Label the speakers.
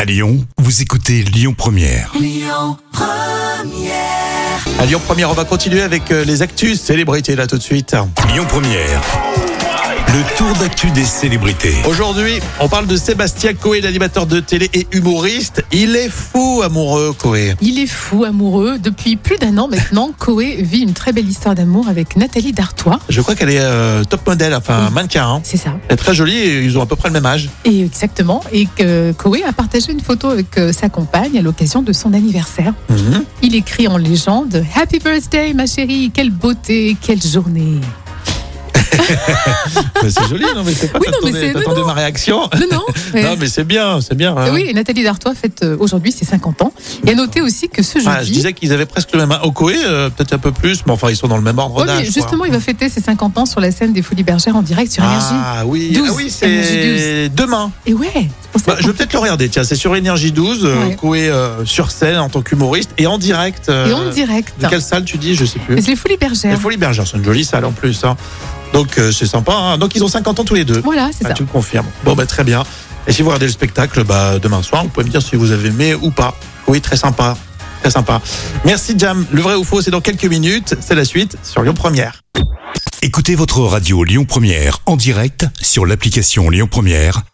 Speaker 1: À Lyon, vous écoutez Lyon Première.
Speaker 2: À Lyon Première, on va continuer avec euh, les actus célébrités là tout de suite.
Speaker 1: Lyon Première. Le tour d'actu des célébrités.
Speaker 2: Aujourd'hui, on parle de Sébastien Coé, l'animateur de télé et humoriste. Il est fou amoureux, Coé.
Speaker 3: Il est fou, amoureux. Depuis plus d'un an maintenant, Coé vit une très belle histoire d'amour avec Nathalie Dartois.
Speaker 2: Je crois qu'elle est euh, top modèle, enfin mannequin. hein.
Speaker 3: C'est ça,
Speaker 2: Elle est très jolie et ils ont à peu près le même âge.
Speaker 3: et exactement. Et que Coé a partagé une photo avec euh, sa compagne à l'occasion de son anniversaire.
Speaker 2: Mhm.
Speaker 3: Il écrit en légende Happy birthday, ma chérie, quelle beauté, quelle journée.
Speaker 2: Mais c'est joli, non mais c'est pas
Speaker 3: Oui, non, mais
Speaker 2: t'attendais-
Speaker 3: c'est- non,
Speaker 2: t'attendais ma réaction.
Speaker 3: Non, non. ouais.
Speaker 2: Non mais c'est bien, c'est bien. hein.
Speaker 3: Oui, et Nathalie Dartois fête euh, aujourd'hui ses 50 ans. Et à noter aussi que ce jeudi.
Speaker 2: Ah, je disais qu'ils avaient presque le même âge. Au Coé, euh, peut-être un peu plus, mais enfin ils sont dans le même ordre
Speaker 3: Ouais, Oh, mais
Speaker 2: d'âge. quoi.
Speaker 3: justement, il va fêter ses 50 ans sur la scène des Folies Bergères en direct sur Énergie.
Speaker 2: Ah oui, ah
Speaker 3: 12,
Speaker 2: oui,
Speaker 3: NRJ
Speaker 2: c'est demain.
Speaker 3: Et ouais, c'est pour ça
Speaker 2: Bah, je vais peut-être le regarder, tiens, c'est sur Énergie 12, euh,
Speaker 3: Ouais.
Speaker 2: Coué euh, sur scène en tant qu'humoriste et en direct. euh,
Speaker 3: Et en direct.
Speaker 2: De quelle salle tu dis Je sais plus.
Speaker 3: Et c'est les Folies
Speaker 2: La
Speaker 3: Bergères.
Speaker 2: Folie Bergère, c'est une jolie salle en plus. hein. Donc euh, c'est sympa. hein. Donc ils ont 50 ans tous les deux.
Speaker 3: Voilà, c'est
Speaker 2: Ah,
Speaker 3: ça.
Speaker 2: tu le confirmes. Bon, bah, très bien. Et si vous regardez le spectacle bah, demain soir, vous pouvez me dire si vous avez aimé ou pas. Oui, très sympa. Très sympa. Merci Jam. Le vrai ou faux, c'est dans quelques minutes. C'est la suite sur Lyon Première.
Speaker 1: Écoutez votre radio Lyon Première en direct sur l'application Lyon Première,